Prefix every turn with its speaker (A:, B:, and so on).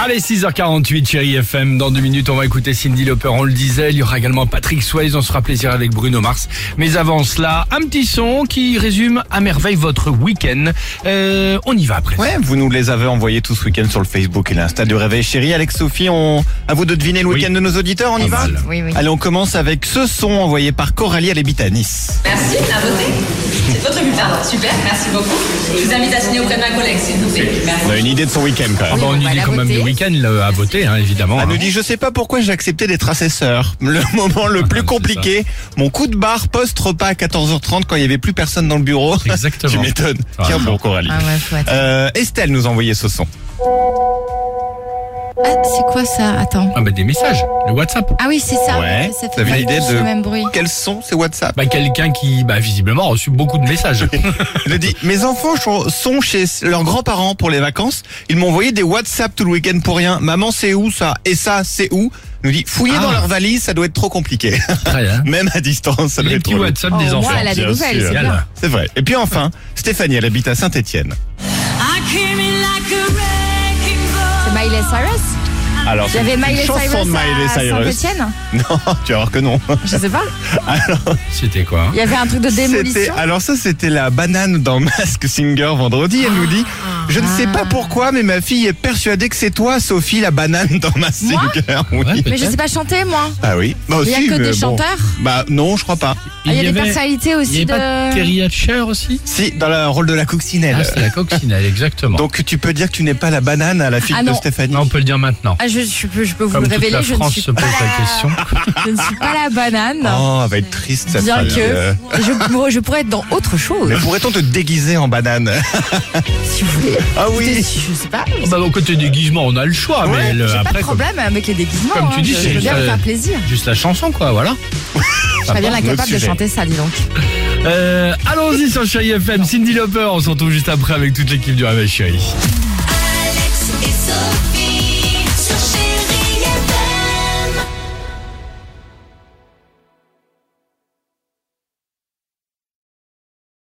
A: Allez, 6h48, chérie FM. Dans deux minutes, on va écouter Cindy Lauper, on le disait. Il y aura également Patrick Swayze, on se fera plaisir avec Bruno Mars. Mais avant cela, un petit son qui résume à merveille votre week-end. Euh, on y va après.
B: Ouais, vous nous les avez envoyés tout ce week-end sur le Facebook et l'Insta du Réveil Chéri. Alex, Sophie, on... à vous de deviner le
A: Oui.
B: week-end de nos auditeurs, on y
A: Pas
B: va
A: mal.
C: Oui, oui.
B: Allez, on commence avec ce son envoyé par Coralie, elle habite à Nice.
D: Merci, à voter. C'est votre bulletin. Super, merci beaucoup. Je vous invite à signer auprès de ma collègue, s'il vous plaît. Merci.
B: On a une idée de son week-end quand
A: Ah
B: même.
A: bah, on
C: on
A: y
C: va
A: dit
C: la
A: quand même
C: voter.
A: le week-end là, à voter, hein, évidemment.
B: Elle
A: hein.
B: nous dit, je sais pas pourquoi j'ai accepté d'être assesseur. Le moment le plus
A: c'est
B: compliqué, mon coup de barre post-repas à 14h30 quand il y avait plus personne dans le bureau.
A: Exactement.
B: tu m'étonnes.
A: Ah.
B: Tiens bon, Coralie.
C: Ah ouais, faut attendre.
B: Euh, Estelle nous a envoyé ce son.
C: Ah, c'est quoi ça Attends.
A: Ah bah des messages, le WhatsApp.
C: Ah oui, c'est ça.
B: Ouais.
C: Ça fait
B: T'avais
C: pas
B: l'idée
C: tous
B: de-
C: le même bruit.
B: Quels sont ces WhatsApp
A: Bah quelqu'un qui, bah visiblement, a reçu beaucoup de messages.
B: Elle a dit, mes enfants cho- sont chez leurs grands-parents pour les vacances. Ils m'ont envoyé des WhatsApp tout le week-end pour rien. Maman, c'est où ça Et ça, c'est où Nous dit, fouiller
A: Ah.
B: dans leur valise, ça doit être trop compliqué.
A: Très hein. bien.
B: Même à distance, ça doit
A: Les
B: être
A: petits
B: trop long.
A: WhatsApp
C: Oh,
A: des
C: au moins,
A: enfants.
C: elle a des
B: bien
C: nouvelles,
B: sûr.
C: c'est
A: Génial.
C: bien.
B: C'est vrai. Et puis enfin, Stéphanie, elle habite à Saint-Etienne.
E: I came in like a wrecking ball.
C: C'est Miley Cyrus
B: Alors,
C: Il y avait Miley
B: chanson
C: Cyrus,
B: de Miley
C: à
B: Cyrus.
C: Saint-Etienne
B: Non, tu vas voir que non.
C: Je sais pas.
A: C'était quoi hein
C: Il y avait un truc de
B: C'était
C: démolition.
B: alors ça c'était la banane dans Mask Singer vendredi. Elle nous dit
C: Ah.
B: je ne sais pas pourquoi mais ma fille est persuadée que c'est toi Sophie la banane dans Mask
C: Moi
B: Singer. Oui.
A: Ouais,
C: Mais je
A: peut-être.
C: sais pas chanter, moi.
B: Ah oui. Bah
C: Il y a
B: aussi,
C: que des
B: mais bon.
C: chanteurs
B: Bah non, je crois pas.
C: Ah, Il y, a des
A: avait-
C: personnalités
A: Il n'y
C: aussi
A: avait
C: de.
A: pas Terry Hatcher aussi
B: Si dans le rôle de la coccinelle.
A: Ah, c'est la coccinelle, exactement.
B: Euh. Donc tu peux dire que tu n'es pas la banane à la fille
C: Ah
B: de
C: non.
B: Stéphanie.
A: Là, on peut le dire maintenant.
C: Ah, je, je peux, je peux vous
A: Comme
C: le
A: toute la
C: révéler, je ne,
A: France
C: suis,
A: se pose la question.
C: je ne suis pas la banane.
B: Oh, elle va être triste cette
C: bien
B: phrase.
C: que
B: Euh,
C: je, pourrais- je pourrais être dans autre chose,
B: Mais pourrait-on te déguiser en banane
C: si vous voulez.
B: Ah
C: Je
B: oui.
C: sais pas.
A: Ah Bah, au côté déguisement, on a le choix,
B: Ouais,
A: mais le-
C: J'ai pas
A: après,
C: de problème avec les déguisements.
A: Comme tu
C: hein.
A: dis,
C: je,
A: c'est
C: je veux bien
A: juste,
C: me faire
A: euh,
C: plaisir.
A: comme- juste la chanson, quoi, voilà.
C: Je serais bien
B: autre
C: incapable de
B: sujet.
C: chanter ça, dis donc.
A: Euh, Allons-y sur Chéri FM, Cindy Lauper, on se retrouve juste après avec toute l'équipe du Réveil Chéri.
E: Alex et Sophie.